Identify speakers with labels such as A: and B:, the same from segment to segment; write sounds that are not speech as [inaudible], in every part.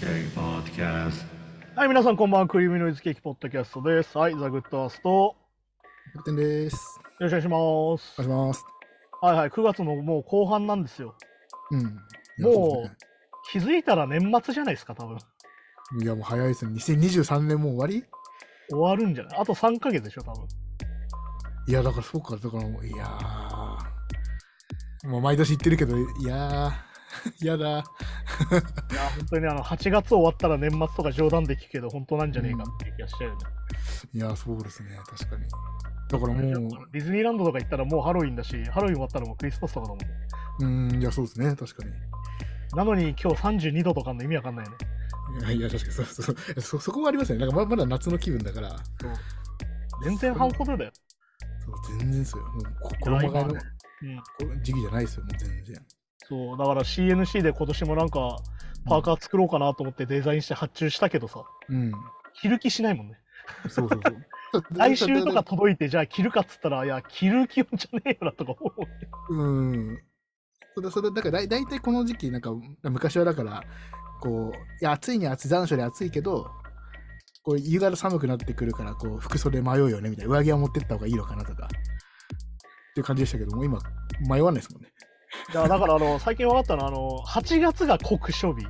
A: Cake Podcast.
B: はい、皆さんこんばんは。クリームノイズケーキポッドキャストです。はい、ザ・グッドアースト。よ
C: 100点です。
B: ろしくお願いし
C: お
B: ます。
C: 願いします。
B: はいはい、9月のもう後半なんですよ。
C: うん。
B: もう
C: いやそうです
B: 気づいたら年末じゃないですか、多分。
C: ねいや、もう早いですね。2023年もう終わり
B: 終わるんじゃないあと3ヶ月でしょ、多分。
C: いや、だからそうか、だからもう、いやー。もう毎年言ってるけど、いやー、 [laughs] やだ。
B: いや、本当にあの、8月終わったら年末とか冗談で聞くけど、本当なんじゃねえかっていう気がしちゃうよね。
C: いや、そうですね、確かに。だからも
B: ディズニーランドとか行ったらもうハロウィンだし、ハロウィン終わったらもうクリスマスとかだもん。
C: う、うん、いや、そうですね、確かに。
B: なのに今日32度とかの意味わかんないよね。
C: いや、いや確かに、そうそうそうそ、そこはありますよね。なんかままだ夏の気分だから、
B: そう全然半袖だよ。
C: そう全然そうよ。もう、こ
B: いや
C: 衣替え
B: 今
C: の
B: うん。
C: こ時期じゃないですよ、もう全然。
B: そう、だから CNC で今年もなんか、パーカー作ろうかなと思ってデザインして発注したけどさ、
C: うん。
B: 着る気しないもんね。
C: そうそ
B: [laughs]
C: うそう。
B: 来週とか届いて、じゃあ着るかっつったら、いや、着る気温じゃねえよなとか思う。
C: うん。それ、それ、だからだい、大体この時期、なんか、昔はだから、こう、いや、暑いには暑い、残暑には暑いけど、こう、夕方寒くなってくるから、こう、服袖迷うよね、みたいな。上着は持ってった方がいいのかなとか、っていう感じでしたけども、今、迷わないですもんね。
B: [laughs] だから、だからあの、最近分かったのは、あの、8月が酷暑日、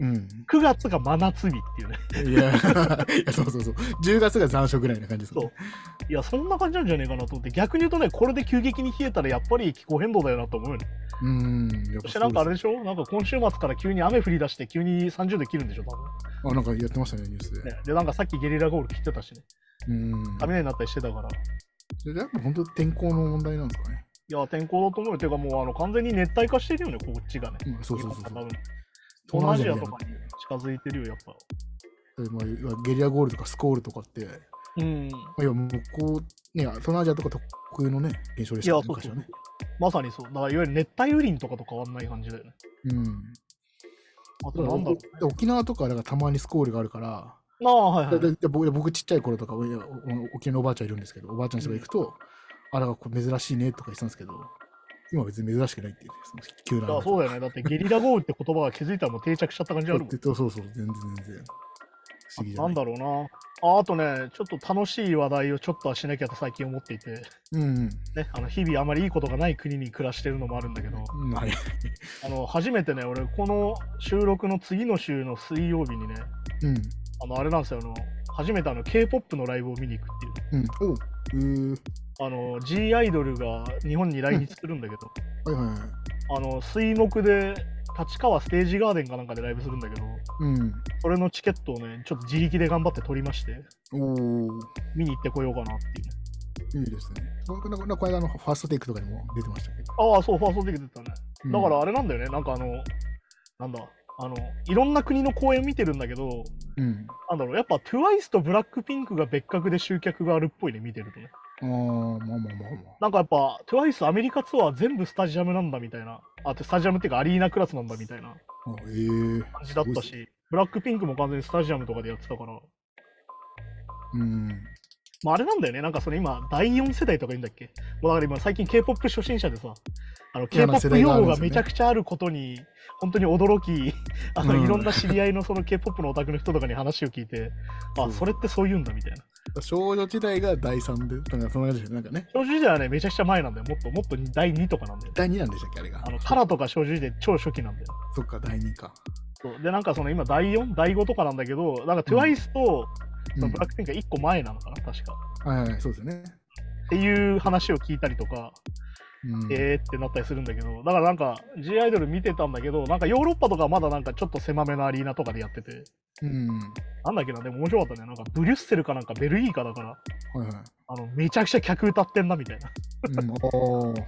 B: 9月が真夏日っていうね。
C: うん。いや、 [laughs] いやそうそうそう。10月が残暑ぐらいな感じですもんね。
B: いや、そんな感じなんじゃねえかなと思って、逆に言うとね、これで急激に冷えたら、やっぱり気候変動だよなと思うよね。
C: うん。やっ
B: そ
C: ぱ
B: してなんかあれ
C: そうで
B: でしょなんか今週末から急に雨降り出して、急に30度切るんでしょ多分、
C: すあ、なんかやってましたね、ニュースで。
B: ね。で、なんかさっきゲリラゴール切ってたしね。
C: うん。
B: 雷になったりしてたから。
C: それやっぱ本当天候の問題なんですかね。
B: いや、天候だと思うよ。ていうか、もうあの完全に熱帯化してるよね、こっちがね。
C: うん、そうそうそ
B: 日
C: うそう
B: 本。が多分東
C: 東南ア
B: 南
C: ジ
B: ア
C: ア
B: ジ
C: み
B: ア
C: た
B: とかに近
C: いな
B: づいてるよ、やっぱ。
C: でまあ、要はゲリラゴールとかスコールとかって、ま
B: うん。い
C: あ、要は向こう、ね、東南アジアとか特有のね、現象でした
B: や、そうそ
C: ね
B: う
C: 昔はね。
B: まさにそう。だから、いわゆる熱帯雨林とかと変わんない感じだよね。
C: うん。
B: あと、
C: だか
B: なんだ
C: ら
B: ろ
C: お沖縄とかだからたまにスコールがあるから、
B: う。ああ、はいは
C: だ
B: い。
C: だだ僕僕ちっちゃい頃とか、いやお沖縄のおばあちゃんいるんですけど、おばあちゃんの家が行くと、あらこれ珍しいねとか言ってたんですけど、今は別に珍しくないって言って、その急
B: いや
C: な。
B: そうだよね。だって、ゲリラ豪雨って言葉が気づいたらもう定着しちゃった感じあるもん。
C: そうそうそう、全然全然。不思議じゃ
B: なんだろうな。ああとね、ちょっと楽しい話題をちょっとはしなきゃと最近思っていて、
C: うん
B: ね、あの日々あまりいいことがない国に暮らしてるのもあるんだけど、
C: うん。はい。
B: あの初めてね、俺、この収録の次の週の水曜日にね、
C: うん。
B: あの、あれなんですよ、あの、初めてあの、K-POP のライブを見に行くっていう。
C: うん。おう。えー、
B: あの、G アイドルが日本に来日するんだけど、
C: はいはいはい。
B: あの、水木で、立川ステージガーデンかなんかでライブするんだけど、
C: うん。
B: それのチケットをね、ちょっと自力で頑張って取りまして、
C: おお。
B: 見に行ってこようかなっていうね。
C: いいですね。僕なんかこの間のファーストテイクとかにも出てましたけど。
B: ああ、そう、ファーストテイク出てたね。
C: うん
B: だからあれなんだよね、なんかあの、なんだ、あの、いろんな国の公演見てるんだけど、
C: うん。
B: なんだろう、やっぱ TWICE とブラックピンクが別格で集客があるっぽいね、見てるとね。
C: ああ、まあまあまあまあ。
B: なんかやっぱ TWICE アメリカツアー全部スタジアムなんだみたいな、あ、スタジアムっていうかアリーナクラスなんだみたいな
C: あええー。
B: 感じだった
C: す
B: し、ブラックピンクも完全にスタジアムとかでやってたから、
C: うん。
B: まあ、あれなんだよね、なんかその今、第4世代とか言うんだっけもうだから今、最近 K-POP 初心者でさ、あの
C: 嫌な
B: K-POP
C: 世代があ
B: 用
C: る
B: 語が
C: んですよね
B: めちゃくちゃあることに、本当に驚き、あの
C: うん
B: いろんな知り合いのその K-POP のオタクの人とかに話を聞いて、
C: そ
B: あ、
C: う
B: それってそう言うんだみたいな。
C: 少女時代が第三で、なんかその感じで、なんかね、
B: 少女時代はね、めちゃくちゃ前なんだよ、もっともっと第2とかなんだよ、ね。
C: 第二なんでしたっけ、あれが。
B: あのカラとか少女時代超初期なんだよ。
C: そっか、第二か。
B: そうでなんかその今第4第5とかなんだけどなんか TWICE とそのブラックピンクが1個前なのかな、確か
C: うん、はいはいはい、そうですよね。
B: っていう話を聞いたりとか、
C: うん、
B: えーってなったりするんだけどだからなんか G アイドル見てたんだけどなんかヨーロッパとかはまだなんかちょっと狭めのアリーナとかでやってて
C: うん。
B: なんだっけなでも面白かったねなんかブリュッセルかなんかベルギーかだから
C: はいはい。
B: あのめちゃくちゃ客歌ってんなみたいな
C: うん、おー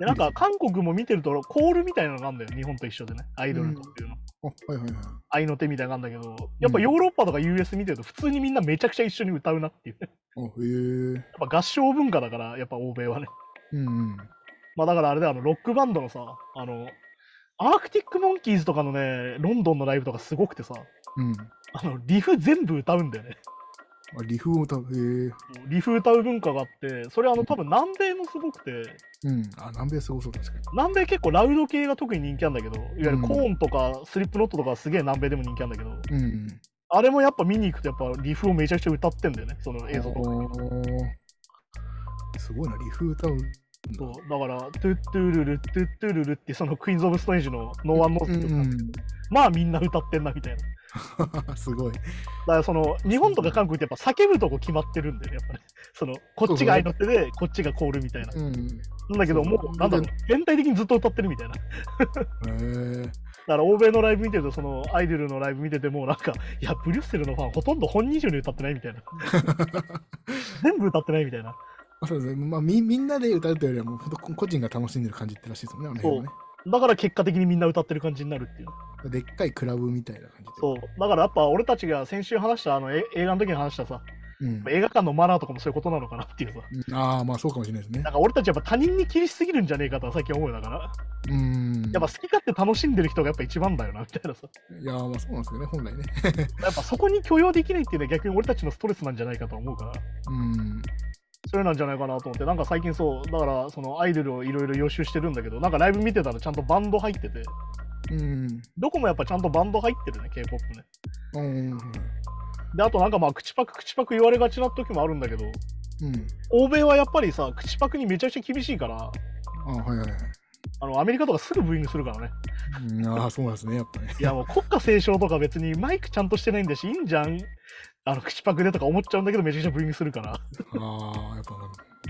B: でなんか韓国も見てるとコールみたいなのがあるんだよ日本と一緒でねアイドルとっていうの、
C: あ、はいはいはい。
B: 愛の手みたいなのがあるんだけどやっぱヨーロッパとか US 見てると普通にみんなめちゃくちゃ一緒に歌うなっていう [laughs]
C: あ、へえ。
B: やっぱ合唱文化だから、やっぱ欧米はね。
C: うんうん。
B: まあだからあれだよ、あのロックバンドのさ、あの、アークティック・モンキーズとかのね、ロンドンのライブとかすごくてさ、
C: うん。
B: あの、リフ全部歌うんだよね。
C: あ理風も多分、へえ
B: リフ歌う文化があって、それあの多分南米もすごくて、
C: うん。あ、南米すごそう、確かに。
B: 南米結構ラウド系が特に人気なんだけど、いわゆる
C: うん
B: コーンとかスリップノットとかすげえ南米でも人気なんだけど、
C: うんうん。
B: あれもやっぱ見に行くとやっぱリフをめちゃくちゃ歌ってんだよね、その映像とか。
C: おーすごいな、リフ歌う。
B: そうだから、トゥットゥルル、トゥットゥルルってそのクイーンズ・オブ・ストーンエイジのノーアンノーズっていうか、まあみんな歌ってんなみたいな。だ
C: うん、 [laughs] すごい。
B: からその日本とか韓国ってやっぱ叫ぶとこ決まってるんだよね、やっぱり。そのこっちが愛の手でこっちがコールみたいな。
C: うん。
B: なんだけど、もうなんだろう、全体的にずっと歌ってるみたいな。
C: へえ。
B: だから欧米のライブ見てると、そのアイドルのライブ見てても、なんか、いや、ブリュッセルのファン、ほとんど本人以上に歌ってないみたいな。全部歌ってないみたいな。
C: あそうですね。まあ、みみんなで歌うというよりは、もう本当個人が楽しんでる感じってらしいですもんね、あの辺はね。
B: だから結果的にみんな歌ってる感じになるっていう。
C: でっかいクラブみたいな感じで。
B: そう。だからやっぱ俺たちが先週話した、あの、え映画の時に話したさ、
C: うん。
B: 映画館のマナーとかもそういうことなのかなっていうさ。
C: うんああ、まあそうかもしれないですね
B: なん。か俺たちやっぱ他人に気にしすぎるんじゃねえかとは最近思うよだから。
C: うん。
B: やっぱ好き勝手楽しんでる人がやっぱ一番だよな、みたいなさ。
C: いやー、まあそうなんですよね、本来ね。
B: やっぱそこに許容できないっていうのは逆に俺たちのストレスなんじゃないかと思うから。
C: うん。
B: それなんじゃないかなと思ってなんか最近そうだからそのアイドルをいろいろ予習してるんだけどなんかライブ見てたらちゃんとバンド入ってて
C: うん。
B: どこもやっぱちゃんとバンド入ってるね k p o p ね
C: うん。
B: であとなんかまあ口パク口パク言われがちな時もあるんだけど
C: うん。
B: 欧米はやっぱりさ口パクにめちゃくちゃ厳しいから
C: あはいはいはい。
B: あのアメリカとかすぐブーイングするからね
C: うん、ああ、そうなんですね、やっぱね。
B: いやもう国家斉唱とか別にマイクちゃんとしてないんだしいいんじゃんあの口パクでとか思っちゃうんだけどめちゃくちゃブーイングするから
C: ああ、やっぱ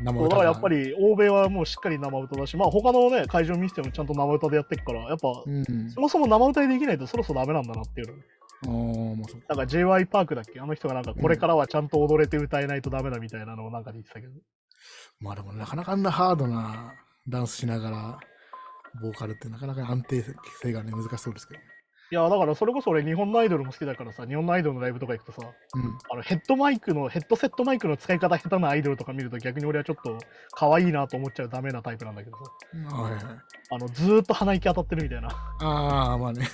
C: 生
B: そうだからやっぱ。り欧米はもうしっかり生歌だしまあ他のね会場見せてもちゃんと生歌でやってっからやっぱ
C: うん。
B: そもそも生歌いできないとそろそろダメなんだなっていうのね。
C: ああ、まあそうか。
B: なんか j y パークだっけあの人がなんかこれからはちゃんと踊れて歌えないとダメだみたいなのをなんかで言ってたけど。
C: まあでも、なかなかあんなハードなダンスしながら、ボーカルってなかなか安定性がね、難しそうですけど。
B: いやだからそれこそ俺日本のアイドルも好きだからさ、日本のアイドルのライブとか行くとさ、
C: うん。
B: あのヘッドマイクの、ヘッドセットマイクの使い方下手なアイドルとか見ると逆に俺はちょっと可愛いなと思っちゃうダメなタイプなんだけどさ、
C: はいはい。
B: あのずーっと鼻息当たってるみたいな。
C: ああ、まあね。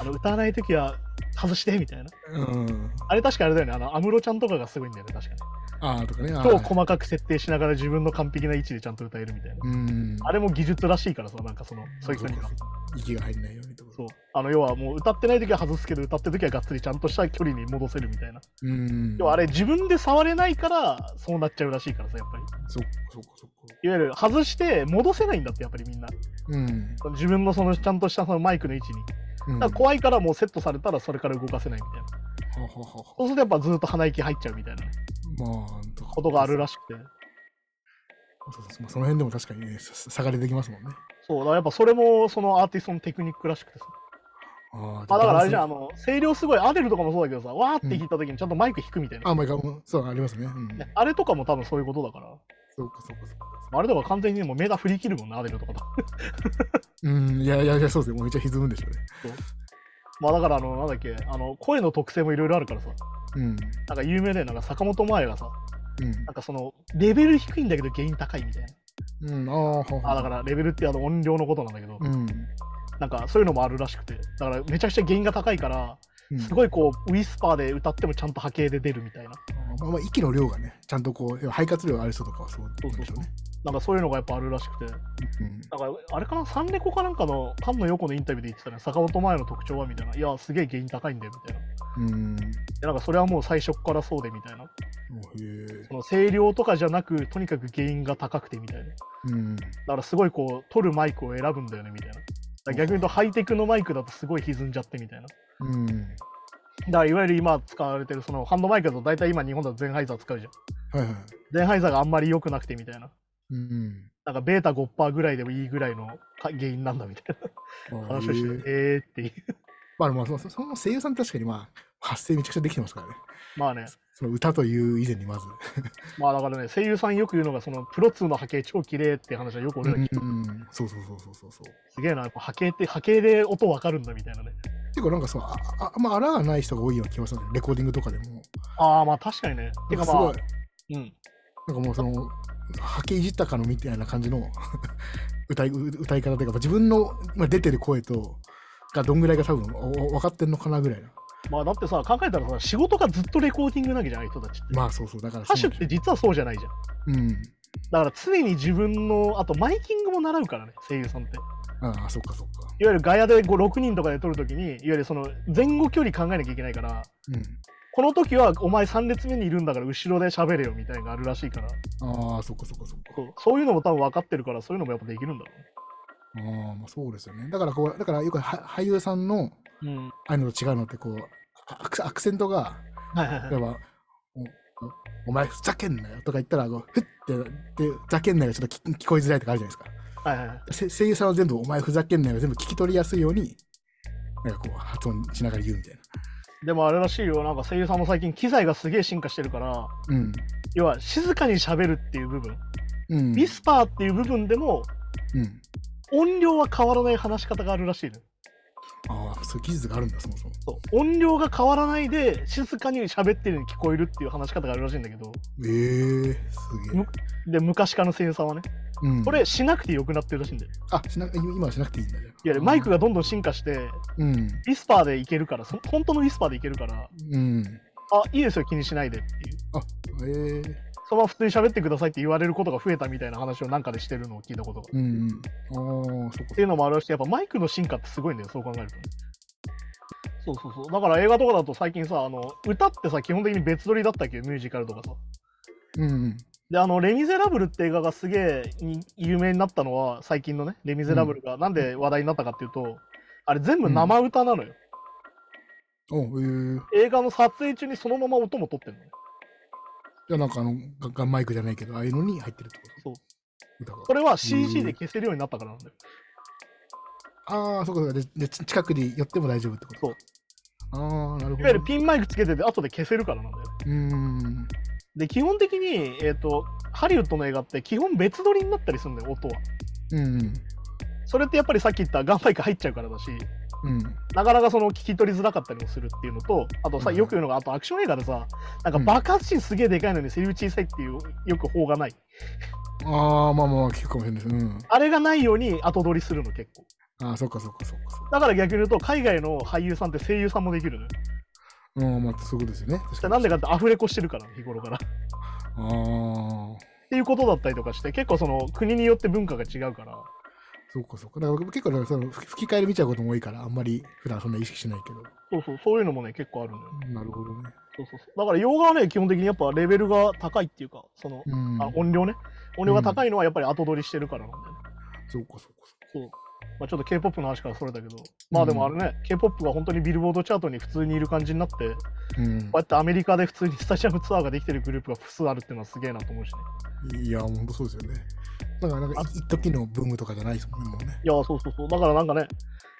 B: あの歌わない時は外してみたいな。
C: うん。
B: あれ確かあれだよね、あの安室ちゃんとかがすごいんだよね、確かに。
C: ああ、とかね。あー
B: 超細かく設定しながら自分の完璧な位置でちゃんと歌えるみたいな。
C: うん。
B: あれも技術らしいからさ、なんかその、そういう人には。
C: 息が入んないようにとか。
B: そう。あの、要はもう歌ってない時は外すけど、歌ってる時はがっつりちゃんとした距離に戻せるみたいな。
C: うん。
B: 要はあれ、自分で触れないから、そうなっちゃうらしいからさ、やっぱり。
C: そっかそっかそっか。
B: いわゆる外して戻せないんだって、やっぱりみんな。
C: うん。
B: 自分のその、ちゃんとしたそのマイクの位置に。
C: うん
B: だから怖いからもうセットされたらそれから動かせないみたいな。
C: はははは
B: そうするとやっぱずっと鼻息入っちゃうみたいな
C: まあ、とか
B: ことがあるらしくて。
C: そうそうそうまあその辺でも確かにね、ささ差が出てきますもんね。
B: そう、だからやっぱそれもそのアーティストのテクニックらしくてさ。
C: あ
B: まあだからあれじゃん、
C: ダ
B: あ
C: ン
B: の、声量すごい、アデルとかもそうだけどさ、わーって弾いた時にちゃんとマイク弾くみたい
C: ス
B: な。
C: あ、まあ、うんそう、ありますね。うん。
B: ねあれとかも多分そういうことだから。
C: そうか、そうか、そうか。
B: あれとか完全にもう目が振り切るもんな、アデルとかと。
C: うん、いやいやいや、そうですよ。もうめっちゃ歪むんでしょうね。
B: まあだから、あの、なんだっけ、あの、声の特性もいろいろあるからさ、
C: うん。
B: なんか有名で、なんか坂本真綾がさ、
C: うん
B: なんかその、レベル低いんだけど原因高いみたいな。。
C: うん、ああ、はは
B: あだから、レベルってあの音量のことなんだけど、
C: うん。
B: なんかそういうのもあるらしくて、だからめちゃくちゃ原因が高いから、
C: うん
B: すごいこう、ウィスパーで歌ってもちゃんと波形で出るみたいな。
C: まあまあ、息の量がね、ちゃんとこう、要は肺活量がある人とかはそうなん
B: そうそう
C: でし
B: そ
C: ょ
B: う
C: うね。。
B: なんかそういうのがやっぱあるらしくて、
C: うん
B: なんかあれかな、サンレコかなんかの菅野横のインタビューで言ってたね、坂本真綾の特徴はみたいな、いや、すげえ原因高いんだよみたいな。
C: うん。
B: でなんかそれはもう最初っからそうでみたいな。
C: おへえ
B: その声量とかじゃなくとにかく原因が高くてみたいなだ
C: うん。
B: からすごいこう取るマイクを選ぶんだよねみたいなだから逆に言うとハイテクのマイクだとすごい歪んじゃってみたいなだか
C: うん。
B: らいわゆる今使われてるそのハンドマイクだと大体今日本だとゼンハイザー使うじゃん
C: はいはい。
B: ゼンハイザーがあんまり良くなくてみたいな
C: うん。
B: なんかベータ5%ぐらいでもいいぐらいのか原因なんだみたい
C: まあ
B: な話をして
C: へ
B: て
C: え
B: えーっていう
C: まあ、まあ、そその声優さんって確かに、まあ、発声めちゃくちゃできてますからね。
B: まあね
C: その歌という以前にまず。
B: まあだからね声優さんよく言うのがそのプロ2の波形超綺麗って話はよく俺ら聞いて
C: うん、そうそうそうそうそうそう。
B: すげえなやっぱ波形って波形で音わかるんだみたいなね
C: ていうかなんかそうあああんまあらがない人が多いような気がするんだよレコーディングとかでも。
B: ああまあ確かにねて
C: なん
B: か
C: かす
B: ま
C: ご
B: あ
C: い、
B: うん
C: なんかもうその、はけいじったかのみたいな感じの [laughs] 歌い歌い方というか、自分の今出てる声とがどんぐらいが多分おお分かってんのかなぐらいな
B: まあだってさ、考えたらさ、仕事がずっとレコーディングなわけじゃない人たちって。
C: まあそうそう、だからそ
B: 歌
C: う
B: 手
C: なん
B: っ
C: だよ
B: て実はそうじゃないじゃん。
C: うん。
B: だから常に自分の、あとマイキングも習うからね、声優さんって。
C: ああ、そっかそっか。
B: いわゆるガヤで5、6人とかで撮るときに、いわゆるその前後距離考えなきゃいけないから、
C: うん。
B: この時はお前3列目にいるんだから後ろで喋れよみたいなのがあるらしいから、
C: ああ、そっかそっかそっか。
B: そうそういうのも多分分かってるから、そういうのもやっぱできるんだろ
C: ああ、まあそうですよね。だからこう、だからよくは俳優さん
B: う
C: の
B: ね。うん。
C: ああいうのと違うのってこう、あアクセアクセントが、
B: はいはいはい
C: 例え。ば、おおお前ふざけんなよとか言ったら、こうふって、で、ふざけんなよちょっと聞聞こえづらいとかあるじゃないですか。
B: はいはいはい
C: せ声優さんは全部お前ふざけんなよ全部聞き取りやすいようになんかこう発音しながら言うみたいな
B: でもあれらしいよ、なんか声優さんも最近機材がすげえ進化してるから、
C: うん
B: 要は静かに喋るっていう部分、
C: うん
B: ウィスパーっていう部分でも
C: うん
B: 音量は変わらない話し方があるらしいの、
C: ああそういう技術があるんだそもそも
B: そう音量が変わらないで静かに喋ってるように聞こえるっていう話し方があるらしいんだけど、
C: ええすげえ
B: むで、昔からの声優さんはね、
C: うん
B: これしなくてよくなってるらしいんだよ。
C: あしな今今はしなくていいんだじゃ
B: いや、マイクがどんどん進化して、
C: うん
B: ウィスパーでいけるから、そ本当のウィスパーでいけるから、
C: うん
B: あ、いいですよ、気にしないでっていう。
C: あええ
B: そのまま普通に喋ってくださいって言われることが増えたみたいな話をなんかでしてるのを聞いたことが。
C: うんうんああそっか
B: っていうのもあるし、やっぱマイクの進化ってすごいんだよ、そう考えるとね。そうそうそう。だから映画とかだと最近さ、あの歌ってさ、基本的に別撮りだったっけミュージカルとかさ。
C: うんうん
B: で、あの、レ・ミゼラブルって映画がすげえに有名になったのは、最近のね、レ・ミゼラブルがなんで話題になったかっていうと、あれ全部生歌なのよ。
C: おええ
B: 映画の撮影中にそのまま音も取ってんのね。
C: じゃあなんかあのガンガンマイクじゃないけどああいうのに入ってるってこと
B: そう
C: 歌が
B: それは CG で消せるようになったからなんだよ。
C: ああそっかそっかででち近くに寄っても大丈夫ってこと
B: そう
C: ああなるほど
B: いわゆるピンマイクつけてて、後で消せるからなんだよ。
C: うん
B: で、基本的に、えっ、と、ハリウッドの映画って基本別撮りになったりするんだよ、音は。
C: うん
B: それってやっぱりさっき言ったガンマイク入っちゃうからだし、
C: うん
B: なかなかその聞き取りづらかったりもするっていうのと、あとさ、
C: うん
B: よく言うのが、あとアクション映画でさ、なんか爆発シーンすげえでかいのにセリフ小さいっていう、よく法がない。
C: ああ、まあまあ、聞くかもしれないです。うん。
B: あれがないように後取りするの結構。
C: ああ、そっかそっかそっかそっか。
B: だから逆に言うと、海外の俳優さんって声優さんもできるのよ。
C: うん、まあ、そういうことですよね。確
B: なんでかってアフレコしてるから、日頃から。っ
C: ああ、
B: ていうことだったりとかして、結構その国によって文化が違うから。
C: そっかそっか。だから僕結構だからその、吹吹き替えで見ちゃうことも多いから、あんまり普段そんな意識しないけど。
B: そうそう、そういうのもね、結構あるのよ。
C: なるほどね。
B: そうそうそうだから洋画はね、基本的にやっぱレベルが高いっていうか、その、
C: うん。
B: あ音量ね。音量が高いのはやっぱり後取りしてるからなんだよね。
C: そっかそっかそっか。
B: そう。まあ、ちょっと K-POP の話からそれだけど、まあでもあれね、K-POP が本当にビルボードチャートに普通にいる感じになって、こ
C: うん
B: うやってアメリカで普通にスタジアムツアーができてるグループが複数あるっていうのはすげえなと思うしね。
C: いや、ほんとそうですよね。だから、なんか、い一時のブームとかじゃないですもんね、もうね。
B: いやー、そうそうそう。だからなんかね、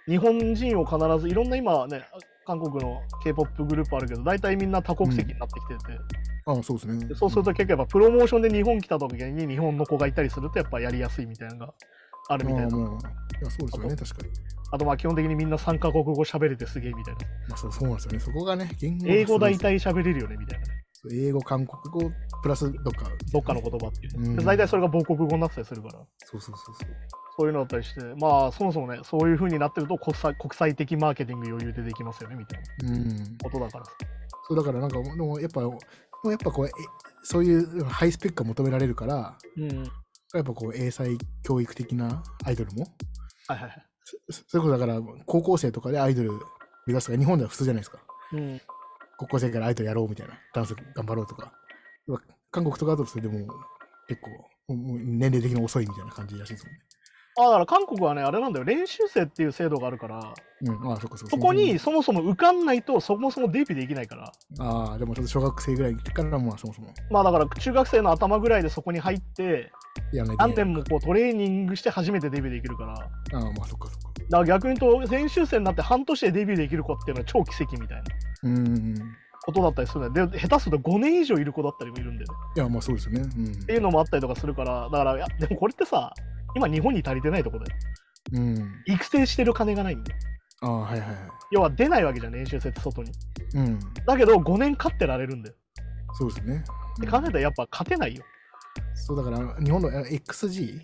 B: 日本人を必ず、いろんな今ね、韓国の K-POP グループあるけど、大体みんな多国籍になってきてて、
C: ああ、そうですね
B: で。そうすると結構やっぱプロモーションで日本来た時に日本の子がいたりするとやっぱやりやすいみたいなのがあるみた
C: ま
B: い
C: あ
B: な。
C: まあ、いや、そうですよね、確かに。
B: あとまあ基本的にみんな3カ国語喋れてすげえみたいな。
C: まあ、そうそうなんですよね。そこがね、言語が
B: 英語
C: すごい
B: 大体喋れるよねみたいなね。
C: そう英語、韓国語、プラスどっか。
B: どっかの言葉っていううんね。で大体それが母国語になってたりするから。
C: そうそうそうそう。
B: そういうのだったりして、まあそもそもね、そういう風になってると国際国際的マーケティング余裕でできますよねみたいな
C: うん。
B: ことだからさ。
C: そうだからなんかでもやっぱでもやっぱこうえそういうハイスペックが求められるから
B: うん。はい
C: やっぱこう英才教育的なアイドルも
B: はいはい。
C: そそれこそだから高校生とかでアイドル目指すとか日本では普通じゃないですか
B: うん。
C: 高校生からアイドルやろうみたいなダンス頑張ろうとかやっぱ韓国とかだとそれでもう結構もう年齢的に遅いみたいな感じらしいです
B: あだから韓国はね、あれなんだよ、練習生っていう制度があるから、
C: もんねうんああそっかそっ
B: そ
C: か
B: こにそもそも受かんないと、そもそもデビューできないから、
C: ああでもちょっと小学生ぐらいからまあそもそも
B: まあだから中学生の頭ぐらいでそこに入って、
C: やらないと
B: 何
C: いけな
B: 年
C: い
B: もこうトレーニングして初めてデビューできるから、だか
C: ああまあそっかそっから
B: 逆に言うと、練習生になって半年でデビューできる子っていうのは超奇跡みたいな
C: うんうんうん
B: ことだったりするんだよ。で、下手すると5年以上いる子だったりもいるんで、ね、
C: いやまあそうですよねうん
B: っていうのもあったりとかするから、だから、いやでもこれってさ、今日本に足りてないとこだよ。
C: うん
B: 育成してる金がないんだよ。
C: ああはいはいはい
B: 要は出ないわけじゃん、練習生って外に。
C: うん、
B: だけど5年勝ってられるんだよ。
C: そうですね。
B: って
C: うん
B: 考えたらやっぱ勝てないよ。
C: そうだから、日本のあ XG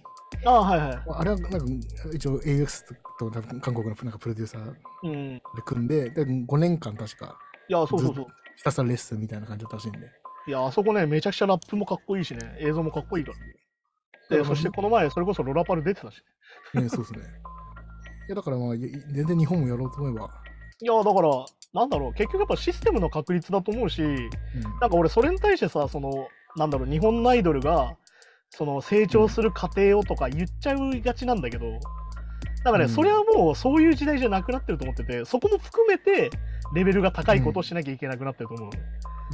B: ああ、はいはい。
C: あれはなんか一応 AX となんか韓国のなんかプロデューサー
B: うん。い
C: で組んでで5年間確か
B: や、そうそう
C: ず
B: そ
C: っ
B: う。
C: ひたすらレッスンみたいな感じだったらしいんで
B: いや、あそこね、めちゃくちゃラップもかっこいいしね、映像もかっこいいから。
C: だから
B: で、
C: ま
B: そ
C: あ
B: してこの前、それこそロラパル出てたし。 [laughs]
C: ね、そうですね。いや、だからまあ、い全然日本もやろうと思えば。
B: いや、だから、なんだろう、結局やっぱシステムの確立だと思うし、
C: うん
B: なんか俺、それに対してさ、その、なんだろう、日本のアイドルが、その、成長する過程をとか言っちゃうがちなんだけど、だからね、
C: うん
B: それはもうそういう時代じゃなくなってると思ってて、そこも含めて、レベルが高いことをしなきゃいけなくなってると思うのね。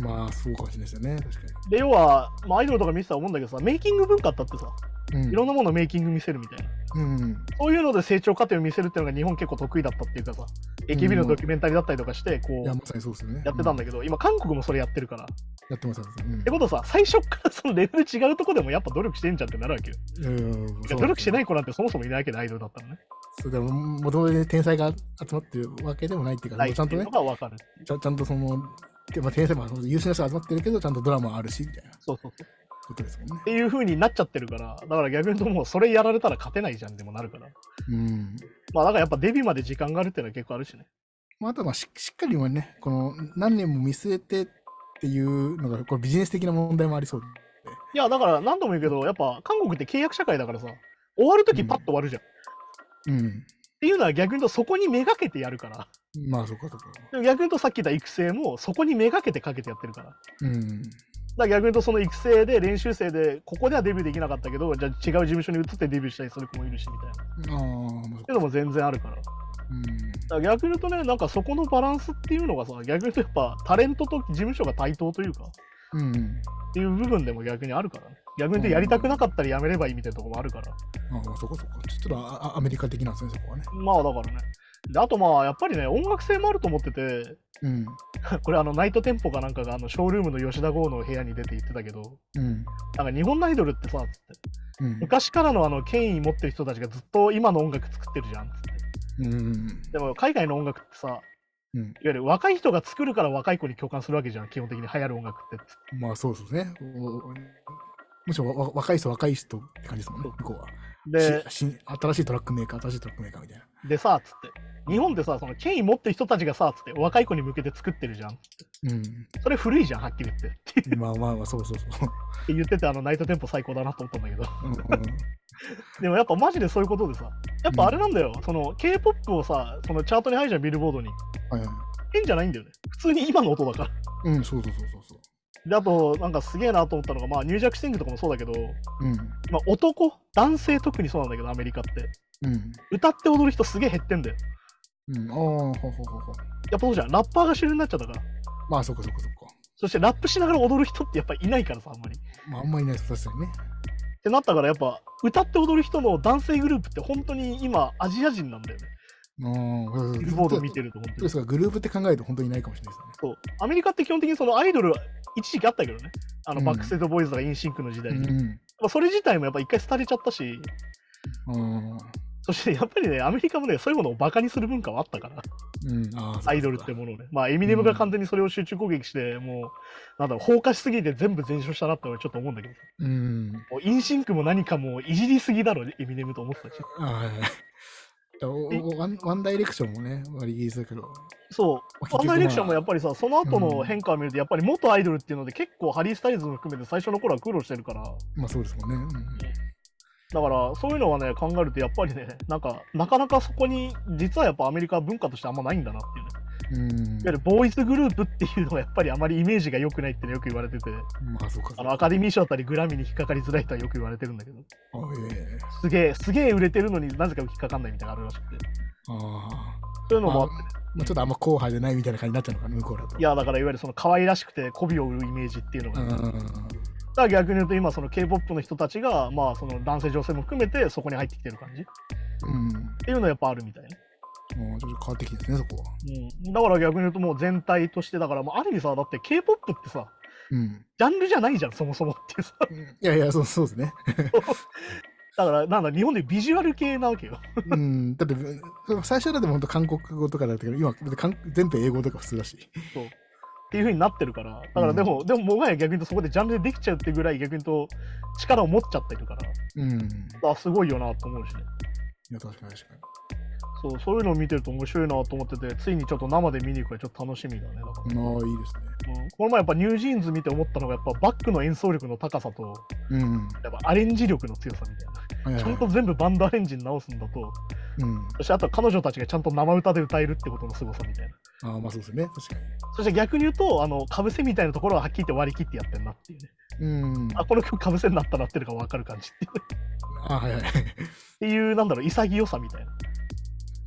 C: まあ、そうかもしれないですよね、確か
B: で、要は、まあ、アイドルとか見てたら思うんだけどさ、メイキング文化ってあってさ、
C: に。う
B: い
C: ん
B: ろんなものをメイキング見せるみたいな。
C: うん。
B: そういうので成長過程を見せるっていうのが日本結構得意だったっていうかさ、AKB のドキュメンタリーだったりとかして、こ
C: いうや、、まさにそうですよね。
B: やってたん
C: だ
B: だけど、今韓国もそれやってるから。っ
C: やってます、やってます
B: てことはさ、最初っからそのレベル違うとこでもやっぱ努力してんじゃんってなるわけよ。
C: うん。いやいやいや。
B: いや努力してないい子なんてそもそもいないわけでアイドルだったのね。
C: そうでも、もともとね天才が集まってるわけでもないっていうか、
B: ないっ
C: ちゃん
B: てい
C: と
B: う
C: ね
B: の、がわかる。
C: ちゃちゃんとその、まあ、天才もその優秀な人が集まってるけど、ちゃんとドラマあるし、みたいな
B: そうそうそう。っ
C: ことですもんね。
B: ていう風になっちゃってるから、だから逆に言うともうそれやられたら勝てないじゃんでもなるから。
C: うん。
B: まあだからやっぱデビューまで時間があるっていうのは結構あるしね。
C: まあ、あとはまあししっかり今ね、この何年も見据えてっていうのが、これビジネス的な問題もありそう。
B: いや、だから何度も言うけど、やっぱ韓国って契約社会だからさ、終わるときパッと終わるじゃん。っ
C: うん。
B: ていうのは逆に言うとそこにめがけてやるから。
C: まあ、そうか、そうか。
B: でも逆に言うとさっき言った育成もそこにめがけてかけてやってるから。だか
C: うん。
B: ら逆に言うとその育成で練習生でここではデビューできなかったけどじゃあ違う事務所に移ってデビューしたりする子もいるしみたいな。っ
C: ああ、
B: てい
C: まあ
B: うのも全然あるから。だか
C: う
B: ら
C: ん。
B: 逆に言うとねなんかそこのバランスっていうのがさ逆に言うとやっぱタレントと事務所が対等というかっ
C: うん。
B: ていう部分でも逆にあるからね。逆に言うとやりたくなかったらやめればいいみたいなところもあるから。
C: ああ、そこそこ。ちょっとああアメリカ的なんですね、そこはね。
B: まあだからね。であとまあやっぱりね音楽性もあると思ってて [laughs]
C: うん。
B: これあのナイトテンポかなんかがあのショールームの吉田剛の部屋に出て言ってたけど
C: うん。
B: なんか日本のアイドルってさつって
C: うん。
B: 昔からのあの権威持ってる人たちがずっと今の音楽作ってるじゃんっつって
C: うん。
B: でも海外の音楽ってさいわ
C: うん。
B: ゆる若い人が作るから若い子に共感するわけじゃん基本的に流行る音楽ってつって
C: まあ、そうですね。おむしろわわ若い人、若い人って感じですもんね、向こうは。
B: で
C: し新新しいトラックメーカー、新しいトラックメーカーみたいな。
B: でさつって日本ってさその権威持ってる人たちがさつって若い子に向けて作ってるじゃんそれ古いじゃんはっきり言ってって
C: うん。まあまあまあ、そうそうそう。
B: 言っててあのナイトテンポ最高だなと思ったんだけど [laughs]
C: うんうん
B: でもやっぱマジでそういうことでさやっぱあれなんだよ、その K-POP をさそのチャートに入るじゃんビルボードに
C: はいはい。
B: 変じゃないんだよね普通に今の音だから
C: うん、そうそうそうそうそ
B: であとなんかすげえなと思ったのがまあニュージャックシングとかもそうだけど
C: う。うん。
B: まあ、男男性特にそうなんだけどアメリカって
C: うん。
B: 歌って踊る人すげえ減ってんだよ
C: うん、ああ、ほうほうほうほう。
B: やっぱそうじゃんラッパーが主流になっちゃったから
C: まあ、そこそこそこ。
B: そしてラップしながら踊る人ってやっぱいないからさあんまりっ
C: まあ、あんまりいないです、確かにね。
B: てなったからやっぱ歌って踊る人の男性グループって本当に今アジア人なんだよね
C: ああ、そうそうそう
B: ビルボード見てると本当
C: で
B: に
C: すが、グループって考えると本当にいないかもしれないですね。
B: そうアメリカって基本的にそのアイドルは一時期あったけどねあの、
C: うん
B: バックステートボーイズとかインシンクの時代に、ま
C: ん。
B: あそれ自体もやっぱ一回廃れちゃったし
C: うん。
B: そしてやっぱりねアメリカもねそういうものをバカにする文化はあったから
C: うん、ああ
B: アイドルって。ものをね、まあ、エミネムが完全にそれを集中攻撃して、もう、なんだろう、放火しすぎて全部全焼したなって俺ちょっと思うんだけど、
C: そうかうん。
B: もうインシンクも何かもういじりすぎだろ、エミネムと思ってたし。
C: ああはいはいだおおワンワンダイレクションもね、割り切りだけど。
B: そう、ワンダイレクションもやっぱりさ、その後の
C: うん
B: 変化を見ると、やっぱり元アイドルっていうので、結構ハリー・スタイルズも含めて最初の頃は苦労してるから、
C: まあそうですもんね。
B: だからそういうのはね、考えると、やっぱりね、なんか、なかなかそこに、実はやっぱアメリカは文化としてあんまないんだなっていうね。
C: う
B: い
C: ん。うん
B: わゆるボーイズグループっていうのはやっぱりあまりイメージが良くないってねよく言われてて、
C: まあそうか。
B: あのアカデミー賞だったりグラミーに引っかかりづらいとはよく言われてるんだけど。
C: あええ
B: すげえ、すげえ売れてるのになぜか引っかかんないみたいなのがあるらしくて。
C: ああ。
B: そういうの
C: まあ
B: もあっ、
C: まあ、ちょっとあんま後輩じゃないみたいな感じになっちゃうのかな、向こうだと。
B: い、や、だからいわゆるその可愛らしくて媚びを売るイメージっていうの
C: う
B: が。
C: ん。
B: だ
C: う
B: か
C: ん
B: ら逆に言うと今その K-POP の人たちが、まあその男性女性も含めてそこに入ってきてる感じっ。ていうのはやっぱあるみたいな。
C: もうちょっと変わってきてですね、そこは。
B: うん。だから逆に言うともう全体として、だからまあある意味さ、だって K-POP ってさ、
C: うん。
B: ジャンルじゃないじゃん、そもそもっていうさ。
C: [laughs] いやいや、そうそうですね。
B: だからなんだ、日本でビジュアル系なわけよ。
C: うん。だって、最初はだって本当韓国語とかだったけど、今、だって韓全部英語とか普通だし。
B: っていう風になってるから、だからでも、でももはや逆に言うとそこでジャンルでできちゃうってぐらい逆に言うと力を持っちゃってるから、
C: うん。い
B: あ、すごいよなと思うしね。
C: や、確かに確か
B: そう、そういうのを見てると面白いなと思ってて、ついにちょっと生で見に行くからちょっと楽しみだね。だから
C: に。ああ、いいですね。
B: うんこの前やっぱニュージーンズ見て思ったのがやっぱバックの演奏力の高さと
C: うん。
B: やっぱアレンジ力の強さみたいな、
C: はいは
B: ち
C: い
B: ゃんと全部バンドアレンジに直すんだと
C: うん。
B: そしてあと彼女たちがちゃんと生歌で歌えるってことのすごさみたいな
C: ああ、まあそうですね。確か
B: そして逆に言うとあのかぶせみたいなところははっきり言って割り切ってやってんなっていうね
C: に。うん。
B: あこの曲かぶせになったなってるのが分かる感じっていう
C: あはいはい。 [laughs]
B: っていうなんだろう潔さみたいな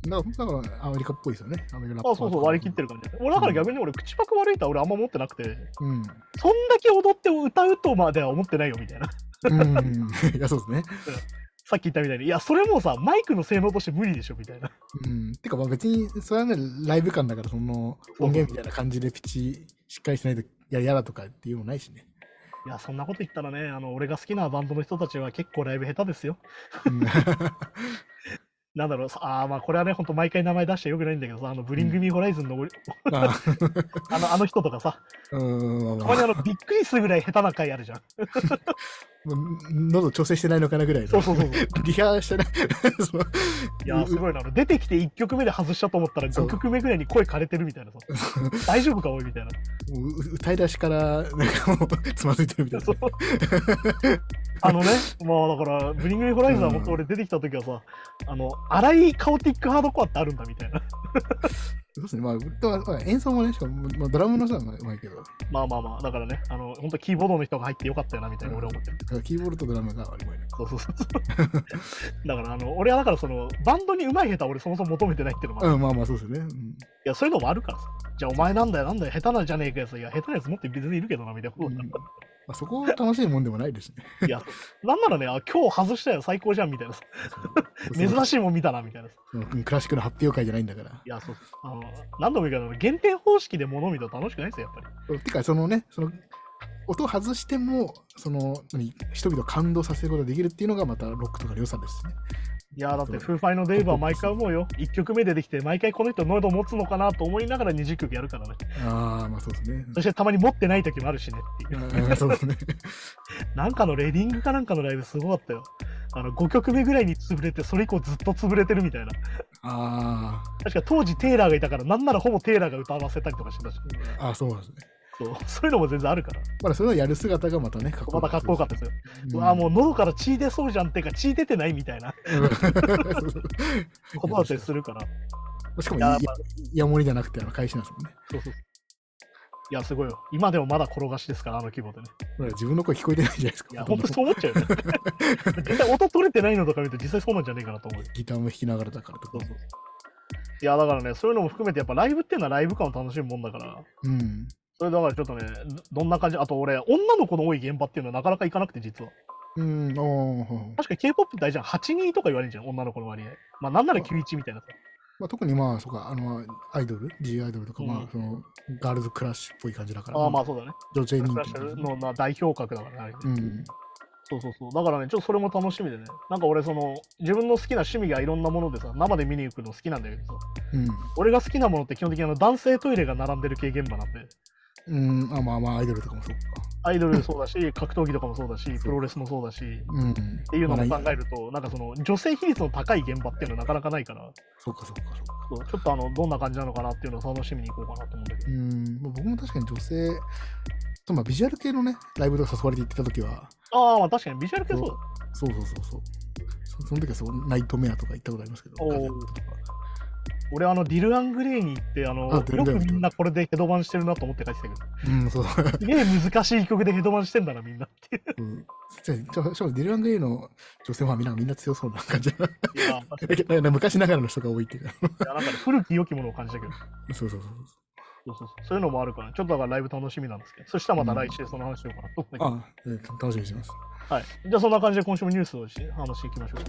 C: だから、だからアメリカっぽいですよね。アメリカラッパー
B: あそうそう割り切ってる感じだね俺だから逆に俺口パク悪いとは俺あんま思ってなくて
C: う
B: そ
C: ん。
B: んだけ踊って歌うとまでは思ってないよみたいな [laughs]
C: うん。 [laughs] いや、そうですね。
B: さっき言ったみたいにいやそれもさマイクの性能として無理でしょみたいな
C: うん。てか、まあ別に、それはね、ライブ感だから、その、音源みたいな感じでピッチしっかりしないと、いや、嫌だとかっていうのもないしね。
B: いや、そんなこと言ったらね、あの、俺が好きなバンドの人たちは結構ライブ下手ですよ。
C: うん。 [laughs]
B: なんだろう、さあーまあこれはね、ほんと毎回名前出してよくないんだけどさ、あの、ブリングミーホライズンの俺、
C: あ
B: あの、あの人とかさ、
C: ーうん。
B: た
C: まあ
B: ま
C: ま
B: にあの、びっくりするぐらい下手な回あるじゃん。
C: あもう喉調整してないのかなぐらいの
B: そうそうそうそう。
C: リハしてない。 [laughs] その
B: いやー、すごいな。あの出てきて1曲目で外したと思ったら、
C: そう
B: 5曲目ぐらいに声枯れてるみたいなさ、大丈夫か、おい、みたいな。
C: もうう歌い出しから、なんかもう、つまずいてるみたいな
B: そう。あのね、まあだから、ブリングミーホライズンは本当俺出てきた時はさ、あの、荒いカオティックハードコアってあるんだみたいな。
C: そうですね。まあ、だからまあ演奏もね、しかも、まあ、ドラムの人はうまいうまいけど、
B: まあまあまあ、だからね、あの、本当キーボードの人が入ってよかったよな、みたいな俺は思ってる。
C: だからキーボードとドラムが悪いね。
B: そうそうそうそうだからあの俺はだからそのバンドに上手い下手は俺そもそも求めてないっていうのもある、
C: うん、まあまあ、そうですよね。うん
B: いやそういうのもあるからさじゃあお前なんだよなんだよ下手なんじゃねえかよいや下手なやつもって別にいるけどなみたいな、
C: うんまあ、そこを楽しいもんでもないですね。
B: いやなんならねあ今日外したよ最高じゃんみたいなさ珍
C: しい
B: しいもん見たなみたいなさ
C: クラシックの発表会じゃないんだから
B: い。やそうあの何度も言うけど減点方式で物見ると楽しくないですよやっぱり
C: てか、そのね、その、音を外しても、その、何、人々を感動させることができるっていうのが、またロックとかの良さですね。
B: いやだってフーファイのデイブは毎回思うよ1曲目出てきて毎回この人喉持つのかなと思いながら20曲やるからね
C: ああ、まあそうで
B: [laughs]
C: すね。
B: そしてたまに持ってない時もあるしねっていう
C: うんそう
B: [laughs]
C: ですね。
B: なんかのレディングかなんかのライブすごかったよ。あの5曲目ぐらいに潰れて、それ以降ずっと潰れてるみたいな。
C: あ
B: 確か当時テイラーがいたから、なんならほぼテイラーが歌わせたりとかしてたし、
C: ーあー、そうなんですね。
B: そうそういうのも全然あるから、
C: まだそれをやる姿がまたね、かっ
B: またかっこよかったですよ。うわ
C: あ
B: あ、
C: [laughs]
B: もう喉から血出そうじゃんっていうか、血出てないみたいな
C: うん。
B: ことだったりするから、
C: しか
B: い
C: も
B: ややっ
C: い
B: ぱ
C: やもりじゃなくてあの返しなんですもんね。
B: そうそうそう [laughs] いや、すごいよ。今でもまだ転がしですから、あの規模でね。
C: ほら自分の声聞こえてないじゃないですか。
B: い [laughs] や、ほんとそう思っちゃうよね。絶対音取れてないのとか見ると、実際そうなんじゃねえかなと思うよ。
C: ギターも弾きながらだからとか。
B: いや、だからね、そういうのも含めて、やっぱライブっていうのはライブ感を楽しむもんだから、
C: うん。
B: それだからちょっとね、どどんな感じ、あと俺、女の子の多い現場っていうのはなかなか行かなくて、実は。
C: うん、おー
B: 確か K-POP って大事じゃん、8人とか言われるじゃん、女の子の割合。まあ、なんなら91みたいなさ。
C: まあ、特にまあ、そうか、あの、アイドル、G アイドルとか、まあ、
B: うん
C: その、ガールズクラッシュっぽい感じだから。
B: ああ、まあそうだね。
C: 女性
B: ク
C: 人
B: ラッ
C: 気
B: シ
C: みたいな
B: ュのな代表格だからねあれ
C: うん。
B: そうそうそう。だからね、ちょっとそれも楽しみでね。なんか俺、その、自分の好きな趣味がいろんなものでさ、生で見に行くの好きなんだけどさ、俺が好きなものって基本的にあの男性トイレが並んでる系現場なんで、
C: うん。うん、あまあまあ、アイドルとかもそうか。
B: アイドルそうだ [laughs] し、格闘技とかもそうだし、プロレスもそうだし、っ
C: うん。って
B: いうのも考えると、なんかその、女性比率の高い現場っていうのはなかなかないから。
C: そうか、そうか、そう
B: そ
C: か。
B: うちょっとあのどんな感じなのかなっていうのを楽しみに行こうかなと思うんだけ
C: う
B: ど。
C: ん。まあ、僕も確かに女性と、まあ、ビジュアル系のね、ライブとか誘われて行ってた時は、
B: ああ、まあ確かにビジュアル系そうだ。
C: そうそうそうそう。そその時はそう、ナイトメアとか行ったことありますけど、
B: おー
C: 風邪とか
B: 俺あのディル・アングレイに行って、あの
C: あディル
B: よ
C: アング
B: く
C: レイ
B: みんなこれでヘドバンしてるなと思って帰ってきたけど、
C: うん、そう。 [laughs]
B: すげえ難しい曲でヘドバンしてんだな、みんなっていう。
C: うんじゃあちょしかもディル・アングレイの女性はみんなみんな強そうな感じ
B: いや、なんか
C: なんか昔ながらの人が多いっていうか
B: ね [laughs] 古き良きものを感じたけど、
C: そうそうそう
B: そうそうそうそういうのもあるから、ちょっとだからライブ楽しみなんですけど、そしたらまた来週その話しようかなと思って、
C: ああ、えー楽しみにしてます
B: はい。じゃあそんな感じで今週もニュースをし話していきましょう。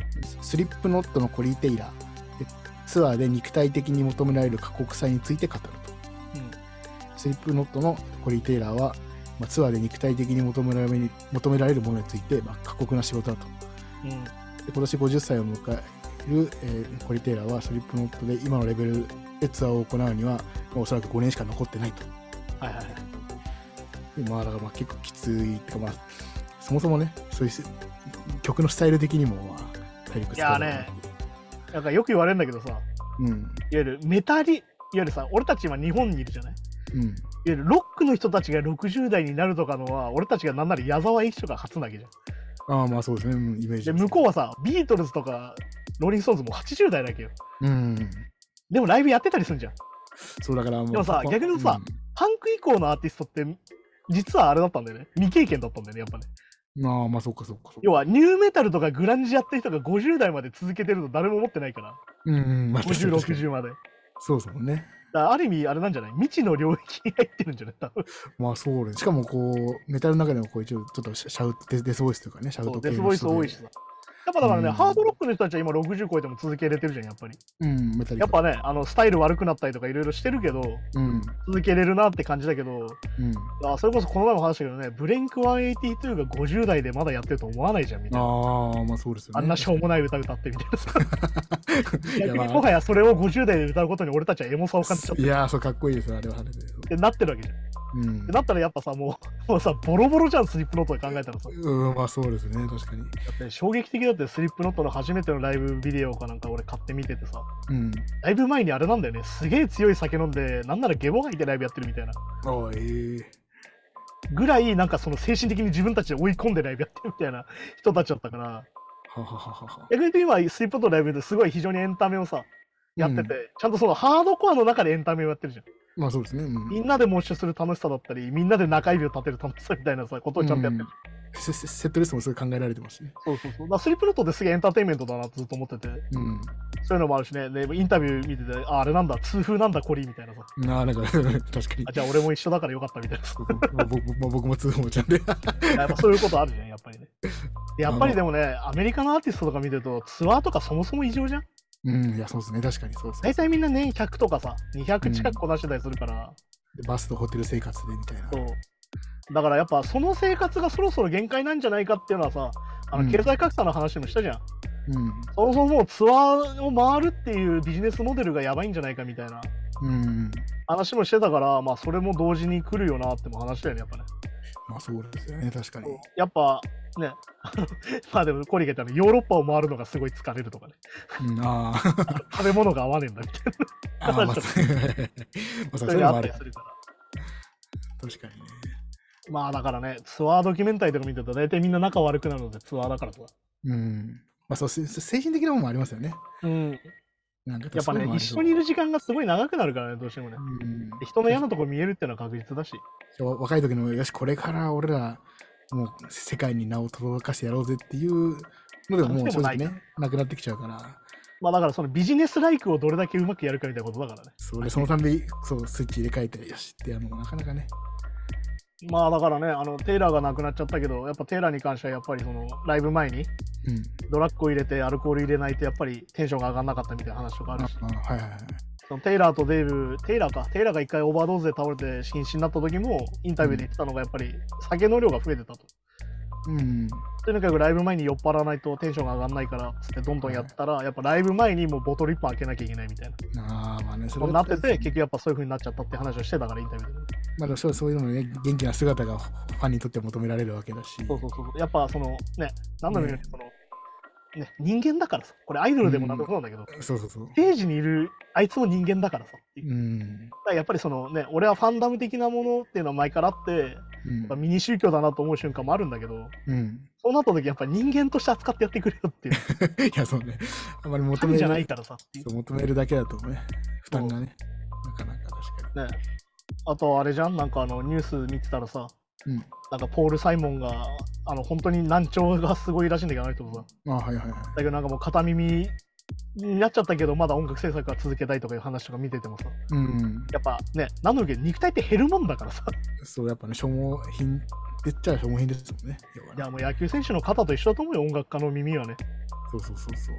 C: スリップノットのコリー・テイラーえツアーで肉体的に求められる過酷さについて語ると
B: うん
C: スリップノットのコリー・テイラーは、まあ、ツアーで肉体的に求められ求められるものについて、まあ、過酷な仕事だと
B: うん
C: で今年50歳を迎える、えーコリテイラーはスリップノットで今のレベルでツアーを行うには、まあおそらく5年しか残ってないと
B: はいはいはい。
C: まあだからまあ結構きついってかまあそもそもねそういうし曲のスタイル的にもまあ体力
B: いやーね、なんかよく言われるんだけどさ、いわ
C: うん
B: ゆるメタリ、いわゆるさ、俺たち今日本にいるじゃないいわ
C: うん
B: ゆるロックの人たちが60代になるとかのは、俺たちがなんなら矢沢永吉とか初なわけじゃん。
C: ああまあそうですね、うん、イメージ
B: で、向こうはさ、ビートルズとかローリング・ストーンズも80代だけよ。
C: ううん
B: でもライブやってたりするじゃん。
C: そうだからもう
B: でもさ
C: ここ
B: 逆にさパンク以降のアーティストって、実はあれだったんだよね。未経験だったんだよね、やっぱね。
C: うんああまあそっかそっかそっか
B: 要は、ニューメタルとかグランジやってる人が50代まで続けてると誰も思ってないから。
C: うんうんまあ確か
B: 50、
C: に確かに
B: 60まで。だか
C: そうですもんね
B: らある意味、あれなんじゃない未知の領域に入ってるんじゃない多分。
C: まあそうねしかもこうメタルの中でもこう一応ちょっとシャシャウトデデスボイスというかねシャウ
B: そう
C: ト
B: デ
C: 系
B: ス
C: の
B: ボイス多いし
C: 人
B: さ
C: で。
B: やっぱだからね、
C: うん
B: ハードロックの人たちは今60超えても続けれてるじゃん、やっぱり。
C: うんメタル
B: やっぱね、あのスタイル悪くなったりとかいろいろしてるけど、
C: うん
B: 続けれるなって感じだけど、
C: うん
B: あそれこそこの前も話したけどね、ブレンク182が50代でまだやってると思わないじゃん、みたいな。
C: ああまあそうですよ
B: あ
C: ね
B: んなしょうもない歌歌ってみたい
C: [laughs]
B: なさ。
C: い
B: 逆
C: や
B: に
C: まあ
B: もはやそれを50代で歌うことに俺たちはエモさを感じちゃって
C: いやーそうかっこいいですよあれはあれで
B: ってなってるわけじゃん。っ
C: うん
B: てなったらやっぱさもう [laughs] もうさボロボロじゃんスリップノットで考えたらさ。
C: うんまあそうですね確かに
B: だって衝撃的だってスリップノットの初めてのライブビデオかなんか俺買って見ててさ
C: うん
B: ライブ前にあれなんだよねすげえ強い酒飲んでなんならゲボ吐いてライブやってるみたいな
C: ああええ
B: ぐらいなんかその精神的に自分たちで追い込んでライブやってるみたいな人たちだったから
C: ははははは
B: 逆に言うと今スリップノットのライブですごい非常にエンタメをさやってて、
C: う
B: ちゃんとそのハードコアの中でエンタメをやってるじゃん。
C: まあそうですねうん
B: みんなでモッシュする楽しさだったり、みんなで中指を立てる楽しさみたいなさ、ことをちゃんとやってる。
C: うんセセセットリストもすごい考えられてますしね
B: そうそうそう。だからスリープロットってすげえエンターテインメントだなってずっと思ってて、
C: うん
B: そういうのもあるしね、でインタビュー見てて、ああれなんだ、痛風なんだ、コリーみたいなさ。
C: なあなんか [laughs] 確かに
B: あじゃあ俺も一緒だからよかったみたいなさ。 [laughs]
C: 僕僕僕僕も通報ちゃんで
B: やっぱそういうことあるじゃん、やっぱりね。でやっぱりでもね、アメリカのアーティストとか見てると、ツアーとかそもそも異常じゃん。
C: [laughs] うんいやそうですね確かにそうそう
B: 大体みんな年100とかさ、200近くこなしてたりするから、
C: バスとホテル生活でみたいな
B: そう。だからやっぱその生活がそろそろ限界なんじゃないかっていうのはさ、あ
C: うん
B: の経済格差の話もしたじゃん。
C: うん
B: そもそももうツアーを回るっていうビジネスモデルがやばいんじゃないかみたいな
C: うん
B: 話もしてたから、まあ、それも同時に来るよなっても話だよね、やっぱね。
C: まあそうですよね確かに
B: やっぱね、 [laughs] まあでもコリゲちゃんのヨーロッパを回るのがすごい疲れるとかね、 [laughs]
C: うんあ [laughs] ー
B: 食べ物が合わねえんだみたいな、
C: あ [laughs] ーまあまあそう
B: そ
C: そう
B: れ
C: いう
B: で
C: の
B: あっ
C: もあ
B: た
C: る
B: りするから。
C: 確かにね
B: まあだからね、ツアードキュメンタリーとか見てると、大体みんな仲悪くなるのでツアーだからさ。
C: うんまあそうせ精神的なものもありますよね
B: うん、
C: なんか
B: やっぱ
C: そう
B: ね
C: いうのも、あり
B: 一
C: そ
B: 緒
C: う
B: にいる時間がすごい長くなるからね、どうしてもね。
C: うん
B: で人の嫌なとこ見えるっていうのは確実だし。
C: 若い時のよしこれから俺らもう世界に名を轟かしてやろうぜっていうのでももう正直ねなくなってきちゃうから
B: まあだからそのビジネスライクをどれだけうまくやるかみたいなことだからね。
C: それそのためにそうスイッチ入れ替えたりよしってやるのもなかなかね
B: まあだからね、あのテイラーが亡くなっちゃったけど、やっぱテイラーに関してはやっぱりそのライブ前に
C: うん
B: ドラッグを入れてアルコール入れないとやっぱりテンションが上がんなかったみたいな話とかあ
C: あ
B: るし、
C: あはいはいはい
B: そのテイラーとデイブ、テイラーか、テイラーが一回オーバードーズで倒れて瀕死になった時もインタビューで言ってたのがやっぱり酒の量が増えてたと。
C: うん
B: とにかくライブ前に酔っ払わないとテンションが上がらないからっつってどんどんやったら、やっぱライブ前にもうボトル1本開けなきゃいけないみたいな。
C: ああまあねそ
B: こ
C: れ
B: う
C: は
B: なってて、結局やっぱそういう風になっちゃったって話をしてたからインタビューで。
C: まあでもそうそういうのもね元気な姿がファンにとっては求められるわけだし
B: そうそうそう。やっぱそのね、なんだろうね
C: ね、
B: その、ね、人間だからさ、これアイドルでもなんでもそうなんだけど、
C: そうそうそう
B: ステージにいるあいつも人間だからさ。だ
C: うん
B: からやっぱりそのね、俺はファンダム的なものっていうのは前からあって、や
C: うん
B: っぱミニ宗教だなと思う瞬間もあるんだけど、
C: うん、 [laughs]
B: そうなった時やっぱ人間として扱ってやってくれよっていう、
C: いやそうねあんまり求
B: 神
C: め
B: じゃない
C: る
B: からさっていう
C: そう求めるだけだとね負担がねなかなか確か
B: ね。あとあれじゃん、なんかあのニュース見てたらさ、
C: にうん
B: なんかポール・サイモンが、あの本当に難聴がすごいらしいんだけど、あの人もさ。
C: あはいはいはい。
B: だけどなんかもう片耳になっちゃったけどまだ音楽制作は続けたいとかいう話とか見ててもさ
C: うん。
B: やっぱね何のけ肉体って減るもんだからさ
C: そう、やっぱね、消耗品って言っちゃ消耗品ですもんね。要はいね
B: やもう野球選手の肩と一緒だと思うよ音楽家の耳はね
C: そうそうそうそう。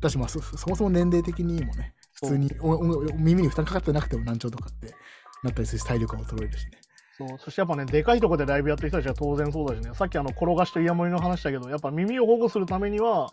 C: だし、まあそ、そもそも年齢的にもね、
B: そう
C: 普通におおお耳に負担かかってなくても難聴とかってなったりするし、体力が衰えるしね。
B: そうそしてやっぱね、でかいとこでライブやってる人たちは当然そうだしね、さっきあの転がしとイヤモニの話だけど、やっぱ耳を保護するためには、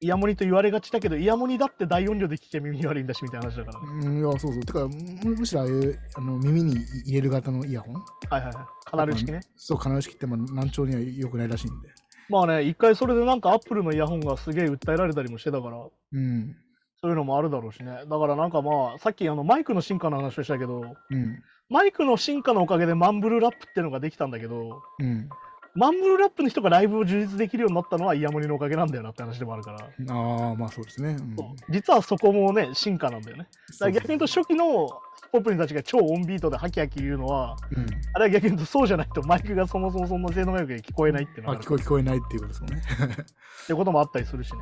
B: イヤモニと言われがちだけど、イヤモニだって大音量で聞け耳悪いんだしみたいな話だから、ね。
C: うん、いや、そうそう。てか、むむしろああいうあの耳に入れる型のイヤホン
B: はいはいはい。カナル式ね。
C: そう、必ずしきっても難聴には良くないらしいんで。
B: まあね、一回それでなんかアップルのイヤホンがすげえ訴えられたりもしてたから、
C: うん。
B: そういうのもあるだろうしね。だからなんかまあ、さっきあのマイクの進化の話をしたけど、
C: うん。
B: マイクの進化のおかげでマンブルラップっていうのができたんだけど、
C: うん。
B: マンブルラップの人がライブを充実できるようになったのはイヤモニのおかげなんだよなって話でもあるから、
C: ああ、まあそうですね。うん、
B: 実はそこもね、進化なんだよね。だから逆に言うと初期のポップリンたちが超オンビートでハキハキ言うのは、
C: うん、
B: あれは逆に言うとそうじゃないとマイクがそもそもそんな性能が良くて聞こえないっていう
C: あ
B: のがある
C: 聞こえ聞こえないっていうことですもんね。 [laughs]
B: ってこともあったりするしね。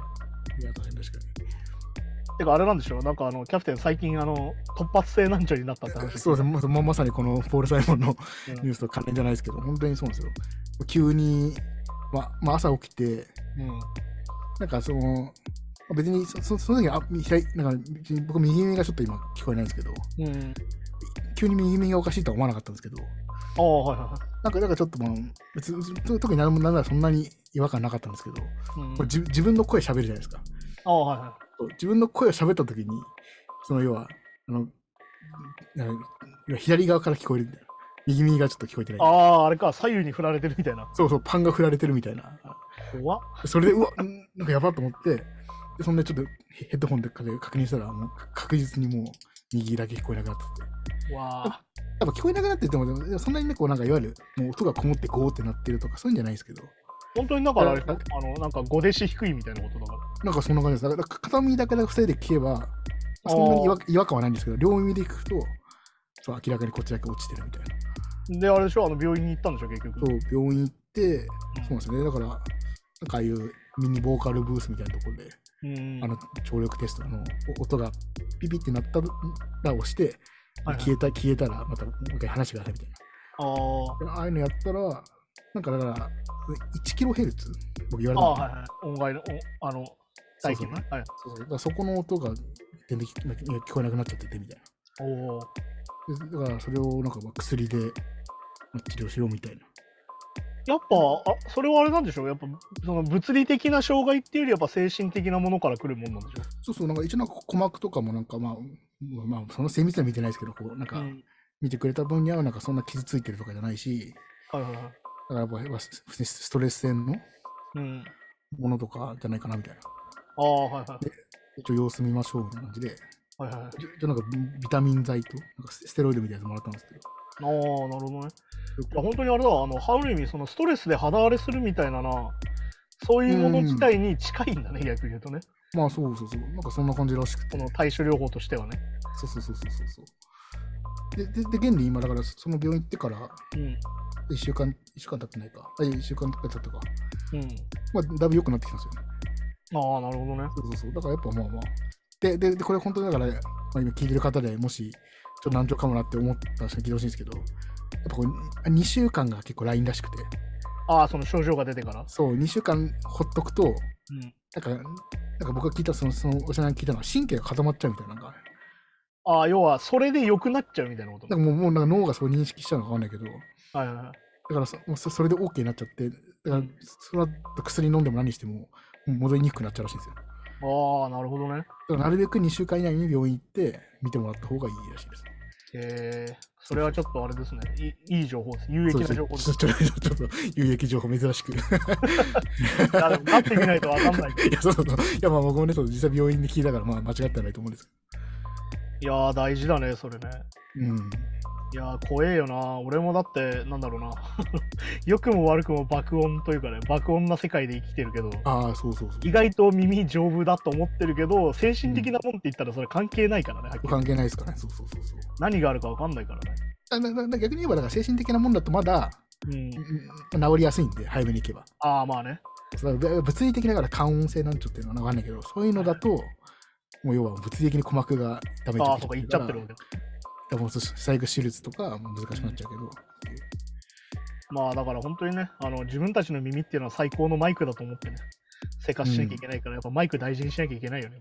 C: いや、確かに確か [laughs]
B: てかあれなんでしょうなんかあのキャプテン最近あの突発性難聴になったって
C: に。
B: 話
C: そうですねまさ、ままさにこのポール・サイモンの
B: うん
C: ニュースと関連じゃないですけど、本当にそうなんですよ。急に、ままあ、朝起きて、
B: うん
C: なんかその、別にそそその時あ左なんか別に僕、右耳がちょっと今聞こえないんですけど、
B: うん
C: 急に右耳がおかしいとは思わなかったんですけど、
B: ああはいはいは
C: なんかなんかちょっと、まあ、別にと特に何もなんならそんなに違和感なかったんですけど、こ
B: い、うん
C: れ自自分の声喋るじゃないですか。
B: ああはいはい
C: 自分の声を喋った時に、その要は、あの、なんか要は左側から聞こえるみたいな。右耳がちょっと聞こえてない。
B: あああれか左右に振られてるみたいな
C: そうそう、パンが振られてるみたいな。
B: 怖っ
C: それで、うわ、んなんかやばっと思って、でそんでちょっとヘヘッドホンでかけ確認したら、もうか確実にもう右だけ聞こえなくなってて。
B: わあ
C: やっぱ聞こえなくなってても、でもでもそんなにね、こうなんかいわゆる、もう音がこもってゴーってなってるとか、そういうんじゃないですけど、
B: [laughs] 本当にだからあれでしょあのなんか5弟子低いみたいなことだから
C: なんかそんな感じです。だから片耳だけで防いで聞けば、そんなに違和違和感はないんですけど、両耳で聞くと、そう明らかにこっちだけ落ちてるみたいな。
B: であれでしょあの病院に行ったんでしょ結局
C: そう、病院行って、そうなんですよね。だから、なんかああいうミニボーカルブースみたいなところで、
B: うん
C: あの、聴力テストのお音がピピって鳴ったら押して、
B: はいはい
C: 消えた、消えたら、またもう一回話してくださいみたい
B: あ
C: な。ああいうのやったら、なんかだから、1kHz? 僕言
B: ああ
C: われ
B: あ
C: たん
B: はいは
C: で
B: い音外のおあの最近ねはい
C: そうそうだからそこの音が全然聞聞こえなくなっちゃっててみたい
B: おお
C: な。でだからそれをなんかまあ薬でまあ治療しようみたいな。
B: やっぱあそれはあれなんでしょうやっぱその物理的な障害っていうよりやっぱ精神的なものから来るもんなんでしょ
C: そうそう、なんか一応なんか鼓膜とかもなんかまあ、まあ、その精密には見てないですけど、こうなん
B: う
C: か
B: ん
C: 見てくれた分にはなんかそんな傷ついてるとかじゃないし、
B: はいはいはい
C: だからやっぱまあスストレス性の
B: うん
C: ものとかじゃないかなみたいな。
B: ああはいはい
C: 一応様子見ましょうみたいな感じで、
B: はいはいはい。
C: 一応なんかビビタミン剤となんかスステロイドみたいなやつもらったんですけど。
B: ああ、なるほどね。いや、本当にあれだわ、あの、ある意味、そのストレスで肌荒れするみたいなな、そういうもの自体に近いんだね、逆に言うとね。
C: まあそうそうそう、なんかそんな感じらしくて
B: こ。の対処療法としてはね。
C: そうそうそうそうそうそう。で、で、で現に今、だからそその病院行ってから、
B: うん。
C: 1週間、一週間経ってないか。あ、1週間経ったか。
B: うん。
C: まあ、だいぶ良くなってきたんですよね。
B: ああ、なるほどね。
C: そうそうそう。だからやっぱまあまあ。で、で、でこれ本当にだから、まあ、今聞いてる方でもし、ちょっと難聴かもなって思った人聞いてほしいんですけど、やっぱこれ、2週間が結構ラインらしくて、
B: ああ、その症状が出てから。
C: そう、2週間ほっとくと、
B: うん。
C: なんか、なんか僕が聞いた、その、その、お医者さんに聞いたのは、神経が固まっちゃうみたいな、なんか、
B: ああ、要は、それで良くなっちゃうみたいなこと
C: な
B: ね。
C: んかもう、もうなんか脳がそう認識しちゃうのかわかんないけど、
B: はいはいはい。
C: だからそもうそそれで OK になっちゃって、だから
B: うん
C: その後薬飲んでも何してももう戻りにくくなっちゃうらしいんですよ。だか
B: ああ、なるほどね。
C: らなるべく2週間以内に病院行って見てもらった方がいいらしいです。
B: ええそれはちょっとあれですね。いいい情報です。有益
C: そう
B: な
C: です
B: 情
C: ね
B: 報で
C: ちょ
B: す。
C: っとちょっとちょっと有益情報珍しく。い [laughs]
B: いやでもなってみないとわかんない。
C: や、そうそうそう。いや、まあ僕もね、そう実際病院で聞いたから、まあ間違ってはないと思うんです
B: いやー、大事だね、それね。
C: けど。うん。
B: いやー怖えよな俺もだってなんだろうな [laughs] 良くも悪くも爆音というかね爆音な世界で生きてるけど
C: ああ、そうそうそう。
B: 意外と耳丈夫だと思ってるけど精神的なもんって言ったらそれ関係ないからね、はっきり
C: 関係ないですからね。そうそうそうそう。
B: 何があるか分かんないからね
C: あななな逆に言えば、だから精神的なもんだとまだ、
B: うん
C: うん治りやすいんで、早めに行けば。
B: ああまあね
C: そうだから物理的だから感音性なんちょっていうのはわかんないけど、そういうのだと、もう要は物理的に鼓膜がダメージ
B: あ
C: を
B: あ
C: 受
B: と
C: け
B: か言っ
C: る
B: ち
C: か
B: ゃ
C: ら
B: ってるわけ
C: だからもう最後手術とかもう難しくなっちゃうけど、
B: まあだから本当にねあの自分たちの耳っていうのは最高のマイクだと思ってね生活しなきゃいけないから、やっぱマイク大事にしなきゃいけないよね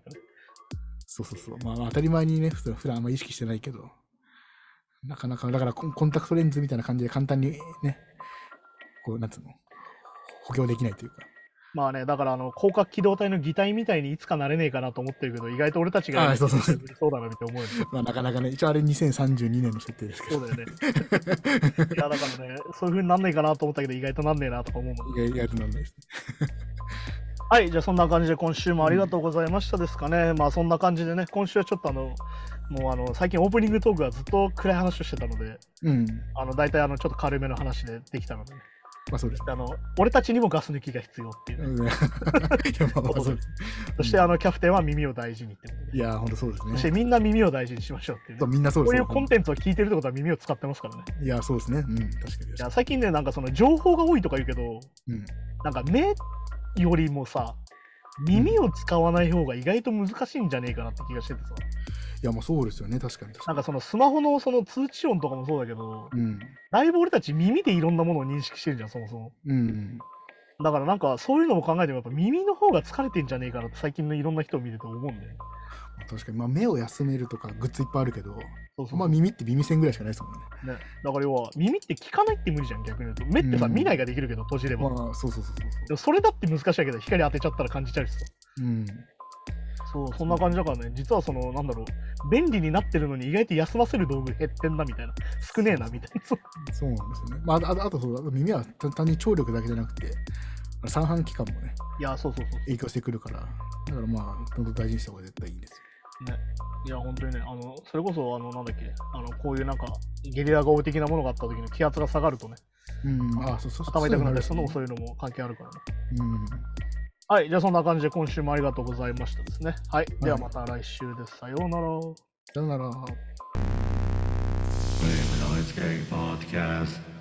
C: そうそうそう、まあ、当たり前にね、普段普段あんま意識してないけど、なかなか、だからコンコンタクトレンズみたいな感じで簡単にね、こう、なんつうの、補強できないというか。
B: まあね、だからあの広角機動隊の擬態みたいにいつかなれねえかなと思ってるけど、意外と俺たちがやる
C: あそうそうそう
B: そうだなって思うよね。
C: まあなかなかね、一応あれ2032年の設定ですけ
B: そ
C: ど、
B: うだよね。いやだからね、そういう風になんねえかなと思ったけど、意外となんねえなとか思うもん。
C: 意外意外となんないですね。
B: はい、じゃあそんな感じで今週もありがとうございましたですかね。まあそんな感じでね、今週はちょっとあの、もうあの最近オープニングトークはずっと暗い話をしてたので、
C: うん。
B: あの大体あのちょっと軽めの話でできたので、
C: まあそうです。
B: あの俺たちにもガス抜きが必要っていううね、
C: ん [laughs] いや、まあまあそうです。
B: そしてあのキャプテンは耳を大事にってことで
C: いや、ほんとそうです
B: そ
C: ね
B: して。みんな耳を大事にしましょうっていう
C: そ
B: ね、
C: うみんなそう
B: こ
C: で
B: う
C: す
B: い
C: ね
B: うコンテンツを聞いてるってことは耳を使ってますからね。
C: いや、そうですね。うん、確かに確
B: い
C: か
B: や最近ね、なんかその情報が多いとか言うけど、
C: に。うん。
B: なんか目よりもさ、耳を使わない方が意外と難しいんじゃねえかなって気がしててさ、
C: いや、もうそうですよね。確かに確か
B: なん
C: に。
B: かそのスマホのその通知音とかもそうだけど、
C: うん。
B: だいぶ俺たち耳でいろんなものを認識してるじゃん、そもそも。
C: うん。
B: だからなんかそういうのも考えてもやっぱ耳の方が疲れてんじゃねえかなって最近のいろんな人を見てて思うんで。
C: 確かに、まあ目を休めるとかグッズいっぱいあるけど、
B: そうそう
C: まあ耳って耳栓ぐらいしかないですもんね。
B: ね、だから要は耳って聞かないって無理じゃん逆に言うと目ってさ、
C: うん
B: 見ないができるけど閉じれば、
C: まあ、そうそうそうそう
B: でもそれだって難しいわけど光当てちゃったら感じちゃうしさ
C: そう。うん。
B: そうそんな感じだからね実はそのなんだろう便利になってるのに意外と休ませる道具減ってんなみたいな少ねえなみたいなそう
C: そうなんですよね。まあ、あと、あとそう、耳は単単に聴力だけじゃなくて、三半規管もね、
B: いやそうそうそう
C: 影響してくるから、だからまあ、どんどん大事にした方が絶対いいんですよ。
B: いや本当にねあのそれこそあのなんだっけあのこういうなんかゲリラ豪雨的なものがあった時の気圧が下がるとね
C: うん、ああ、そうそうそう。
B: 頭痛くなるしそ
C: そうい
B: の
C: う
B: もそう
C: の
B: いうのも関係あるからね
C: もあるし
B: はいじゃあそんな感じで今週もありがとうございましたですねはいではまた来週ですさようなら、
C: うん。さよなら。
A: Flame and Ice Game Podcast.